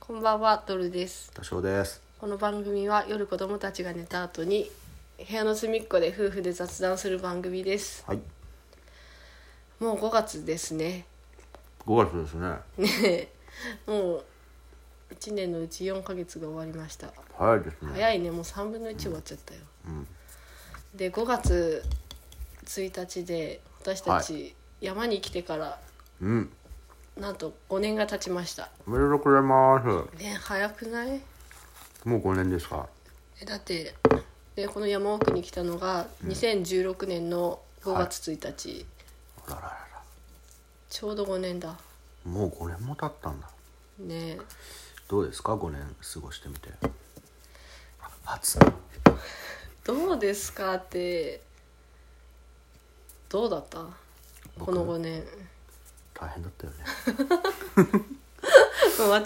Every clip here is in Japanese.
こんばんはドルです多少ですこの番組は夜子供たちが寝た後に部屋の隅っこで夫婦で雑談する番組ですはいもう5月ですね5月ですねもう1年のうち4ヶ月が終わりました早いですね早いねもう3分の1終わっちゃったよ、うんで5月1日で私たち山に来てからうんなんと5年が経ちましたおめでとうございますね早くないもう5年ですかえだってでこの山奥に来たのが2016年の5月1日、あららららちょうど5年だもう5年も経ったんだねどうですか5年過ごしてみてあ暑いどうですかってどうだった僕この5年 大変だったよね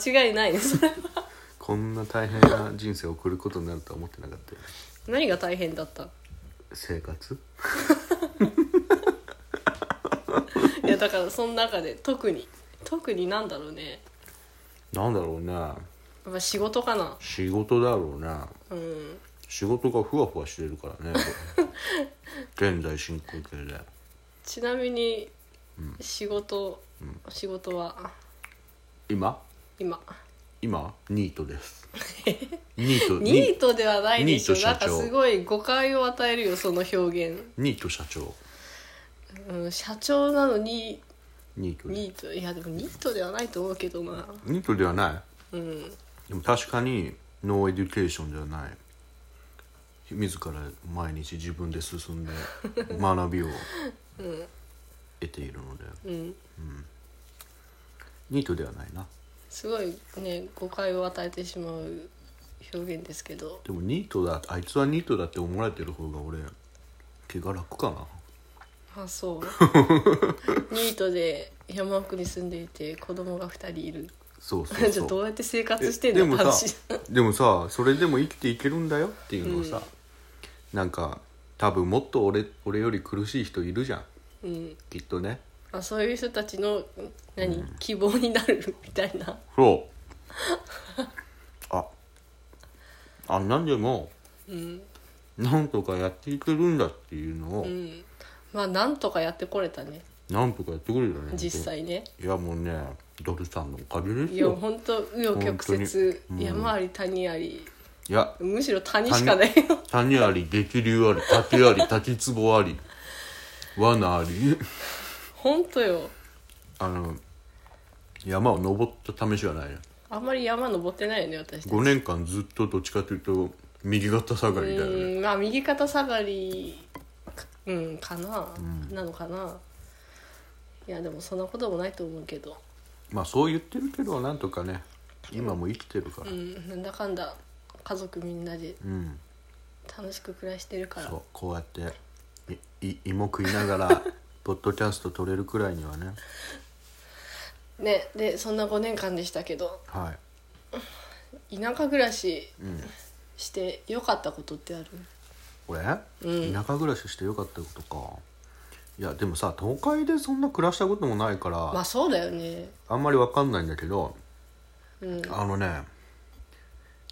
間違いないねそれこんな大変な人生を送ることになるとは思ってなかったよね 何が大変だった生活いやだからその中で特に特になんだろうねなんだろうねやっぱ仕事かな仕事だろうねうん仕事がふわふわしてるからね現在進行形でちなみに仕事、ん仕事は今今今ニートですニートニートではないでしょニートな社んか長すごい誤解を与えるよその表現、ニート社長うん、社長なのにニートでニートいやでもニートではないと思うけどなニートではないうんでも確かにノーエデュケーションではない自ら毎日自分で進んで学びを得ているので、うんニートではないなすごいね誤解を与えてしまう表現ですけどでもニートだあいつはニートだって思われてる方が俺気が楽かなあ そうニートで山奥に住んでいて子供が2人いるそうそう じゃあそどううやって生活してえんだでよも話さ でもさそれでも生きていけるんだよっていうのをさ、なんか多分もっと俺俺より苦しい人いるじゃんうんきっとねあそういう人たちの何、希望になるみたいなそうああんなんでもうん、なんとかやっていけるんだっていうのを、うん、まあなんとかやってこれたねなんとかやってくれるよね実際ね本当にいやもうねドルさんのおかげですいやよ本当紆余曲折本当にうん山あり谷ありいやむしろ谷しかないよ谷あり激流あり滝あり 滝壺あり罠あり 本当よあの山を登った試しはないねあんまり山登ってないよね私たち5年間ずっとどっちかというと右肩下がりだよねうんまあ右肩下がりかうんかな、なのかないやでもそんなこともないと思うけどまあそう言ってるけどなんとかね今も生きてるからう、んなんだかんだ家族みんなでうん、楽しく暮らしてるからそうこうやっていい芋食いなが らポッドキャスト撮れるくらいにはねねでそんな5年間でしたけどはい田舎暮らしんして良かったことってある俺、うん田舎暮らししてよかったことかいやでもさ都会でそんな暮らしたこともないから、まあそうだよねあんまりわかんないんだけどうんあのね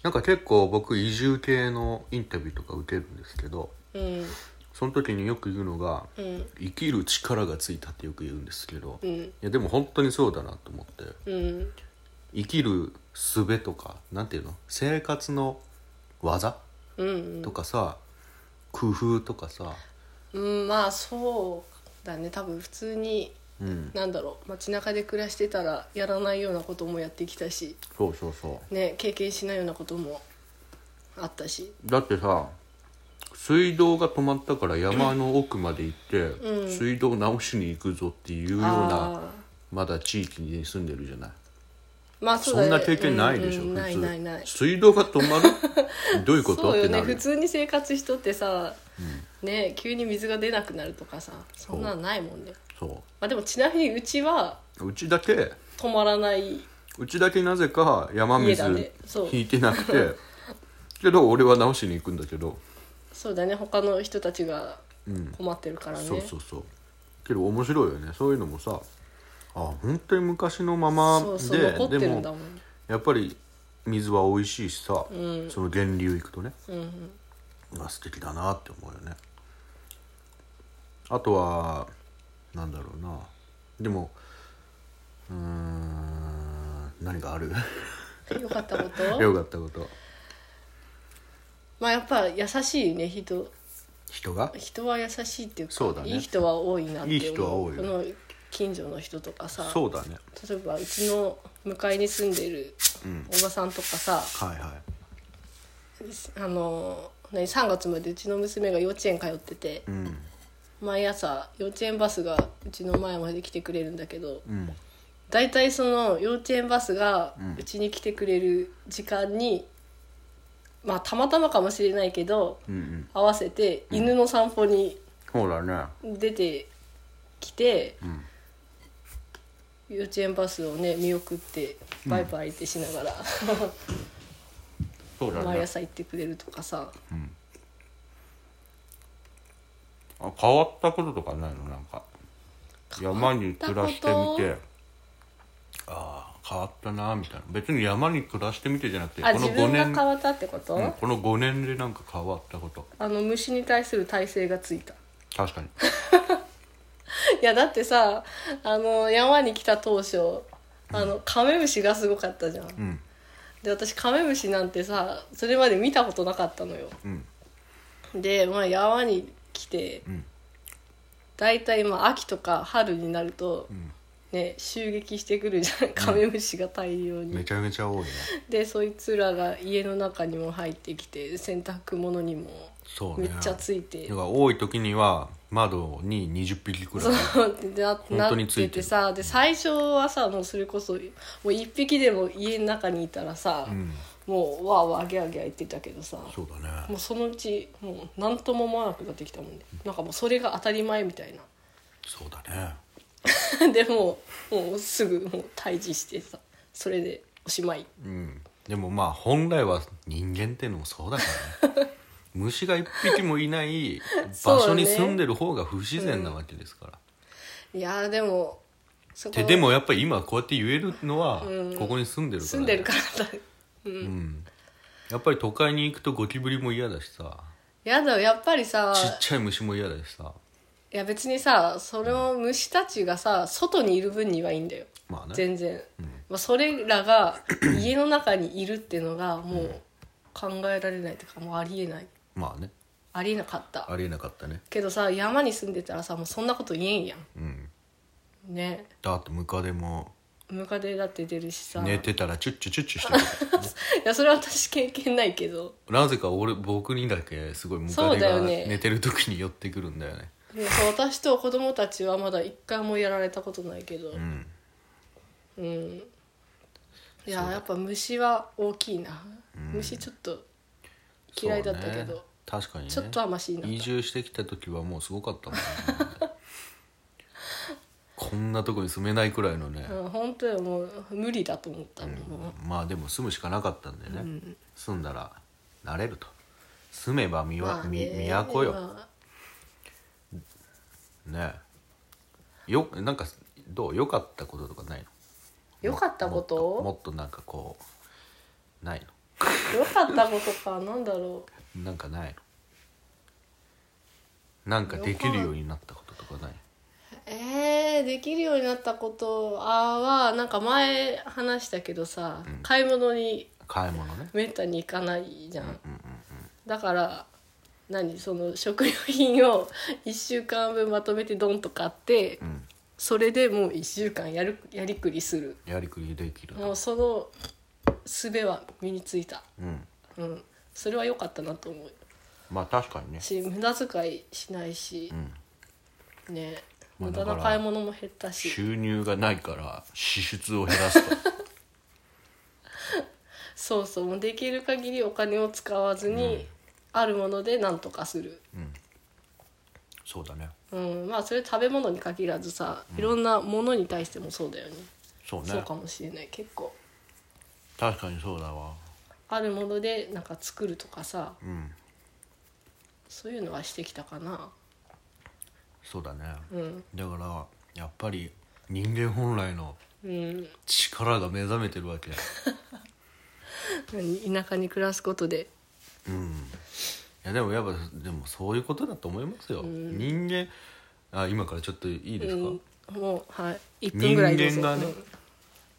なんか結構僕移住系のインタビューとか受けるんですけどうんその時によく言うのがうん生きる力がついたってよく言うんですけど、ういんやでも本当にそうだなと思ってうん生きる術とかなんていうの生活の技うんとかさ、工夫とかさ、うんまあそうだね多分普通にうん、なんだろう街中で暮らしてたらやらないようなこともやってきたし、そうそうそね、経験しないようなこともあったしうだってさ水道が止まったから山の奥まで行って、うん水道直しに行くぞっていうようなあまだ地域に住んでるじゃないーまあそそうだ、ね、んな経験ないでしょ、うんうんない普通ないない水道が止ま るどういうことそうっよてねな普る通に生活しとってさ、ね急に水が出なくなるとかさそんなのないもんね、そまあ、でもちなみにうちはううちだけ止まらないうちだけなぜか山家だね水そう引いてなくて、 けど俺は直しに行くんだけど、そうだね他の人たちがうん困ってるからね、そうそうそうけど面白いよねそういうのもさあ本当に昔のままでそうそう残ってでるんだももんやっぱり水は美味しいしさ、その源流行くとね、うんあ素敵だなって思うよねあとはなんだろうなでもうーん何かある よかったこよとかったことまあやっぱ優しいね人人が人は優しいっていうかそうだねいい人は多いなって思ういい人は多いこよの近所の人とかさそうだね例えばうちの向かいに住んでるうんおばさんとかさ、はいはいあの何3月までうちの娘が幼稚園通っててうん毎朝幼稚園バスがうちの前まで来てくれるんだけどうん大体その幼稚園バスがうんうちに来てくれる時間に、まあたまたまかもしれないけどうんうん合わせて犬の散歩にそうだね出てきて、ん幼稚園バスをね見送ってバイバイってしながら、そうだ毎ね朝行ってくれるとかさあ変わったこととかないのなんか山に暮らしてみてああ変わったなみたいな別に山に暮らしてみてじゃなくてこあの自5分が年変わったってこと、うんこの5年でなんか変わったことあの虫に対する耐性がついた確かにいやだってさあの山に来た当初あのカメムシがすごかったじゃん、うんで私カメムシなんてさそれまで見たことなかったのようんで、まあ、山に来て、うん大体まあ秋とか春になると、んね襲撃してくるじゃんカメムシが大量に、めちゃめちゃ多いねでそいつらが家の中にも入ってきて洗濯物にもそうめねっちゃついて、だから多い時には窓に20匹くらいそうってな本当についてなるっててさで最初はさもうそれこそもう一匹でも家の中にいたらさ、うんもうわーわーあげあげ言ってたけどさそうだねもうそのうちもう何とも思わなくなってきたもんねなんかもうそれが当たり前みたいそうだねな でもうもうすぐもう退治してさそれでおしまいうんでもまあ本来は人間ってのもそうだから ね虫が一匹もいない場所に住んでる方が不自然なわけですから、いやーでもそこででもやっぱり今こうやって言えるのはうんここに住んでるから、住んでるからだうん、やっぱり都会に行くとゴキブリも嫌だしさやだよやっぱりさちっちゃい虫も嫌だしさいや別にさその虫たちがさ外にいる分にはいいんだよまあね全然、まあ、それらが 家の中にいるってのがもう考えられないというかもうありえないまあねありえなかったありえなかったねけどさ山に住んでたらさもうそんなこと言えんやうんんねだってムカデもムカデだって出るしさ寝いてたらチュッチュチュッチ ュしてたやそれは私経験ないけどなぜか俺僕にだけすごいムカそうデだがよね寝てる時に寄ってくるんだよねでもさ私と子供たちはまだ一回もやられたことないけどうんうん、いややっぱ虫は大きいな、虫ちょっと嫌いだったけそうど、ね確かにねちょっとはマシにな移った住してきた時はもうすごかった もんねこんなとこに住めないくらいのね、うん、本当よもう無理だと思った、もまあでも住むしかなかったんでね、住んだら慣れると住めばうみまわ、あみね都よまあねよなんかどう良かったこととかないの良かったこもっともっとなんかこうない良かったことかなんだろのなんかないのなんかできるようになったこととかないうえー、できるようになったことあーはなんか前話したけどさ、買い物に買い物ねめったに行かないじゃん,、だから何その食料品を 1週間分まとめてドンと買って、うんそれでもう1週間やるやりくりするやりくりできるもうその術は身についたうんうんそれは良かったなと思うまあ確かにねし無駄遣いしないしう、んねまあ無駄なだから買い物も減ったし収入がないから支出を減ら すとそうそうもうできる限りお金を使わずに、あるものでなんとかするそうだねうん、まあそれ食べ物に限らずさいろんなものに対してもそうだよね、そうねそうかもしれない結構確かにそうだわあるものでなんか作るとかさうんそういうのはしてきたかなそうだね、うんだからやっぱり人間本来のうん 力が目覚めてるわけ田舎に暮らすことでいやでもやっぱでもそういうことだと思いますよ、人間あ今からちょっといいですか、うん、もうはい1分ぐらいどうぞ人間がね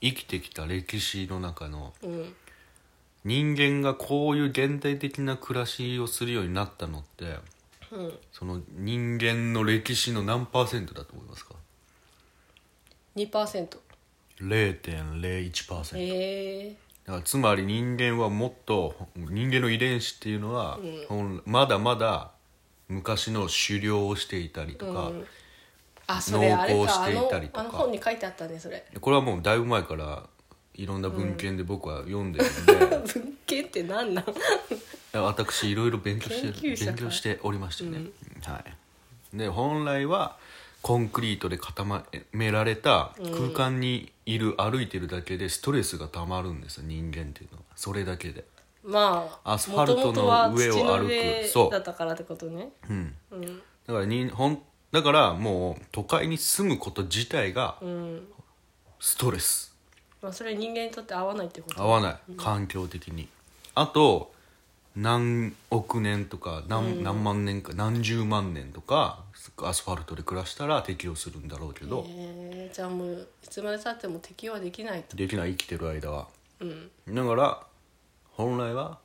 生きてきた歴史の中のうんうん人間がこういう現代的な暮らしをするようになったのってうん、その人間の歴史の何パーセントだと思いますか2% 0.01%、へえだからつまり人間はもっと人間の遺伝子っていうのは、本まだまだ昔の狩猟をしていたりとか、あそれあれ濃厚かあしていのたりとかあの本に書いてあったねそれ これはもうだいぶ前からいろんな文献で僕は読んでるんで、 だか文献って何なんら私いろいろ勉強して研究者か勉強しておりましてね、はいで本来はコンクリートで固められた空間にいる、歩いてるだけでストレスがたまるんですよ人間っていうのはそれだけでまあアスファルトの上を歩く元々は土の上そうだったからってことねうんうんだからにほんだからもう都会に住むこと自体がうんストレスまあそれは人間にとって合わないってこと合わない環境的にあと何億年とか何,、何万年か何十万年とかアスファルトで暮らしたら適応するんだろうけど、へえじゃあもういつまでたっても適応はできないとできない生きてる間はうんだから本来は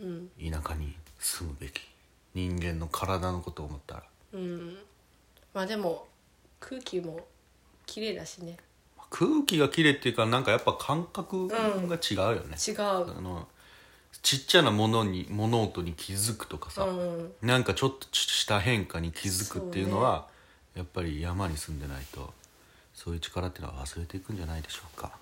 うん田舎に住むべき人間の体のことを思ったら、うんまあでも空気も綺麗だしね空気がきれいっていうかなんかやっぱ感覚が違うよね、違うあのちっちゃなものに物音に気づくとかさ、うんなんかちょっとした変化に気づくっていうのはやっぱり山に住んでないとそういう力っていうのは忘れていくんじゃないでしょうか。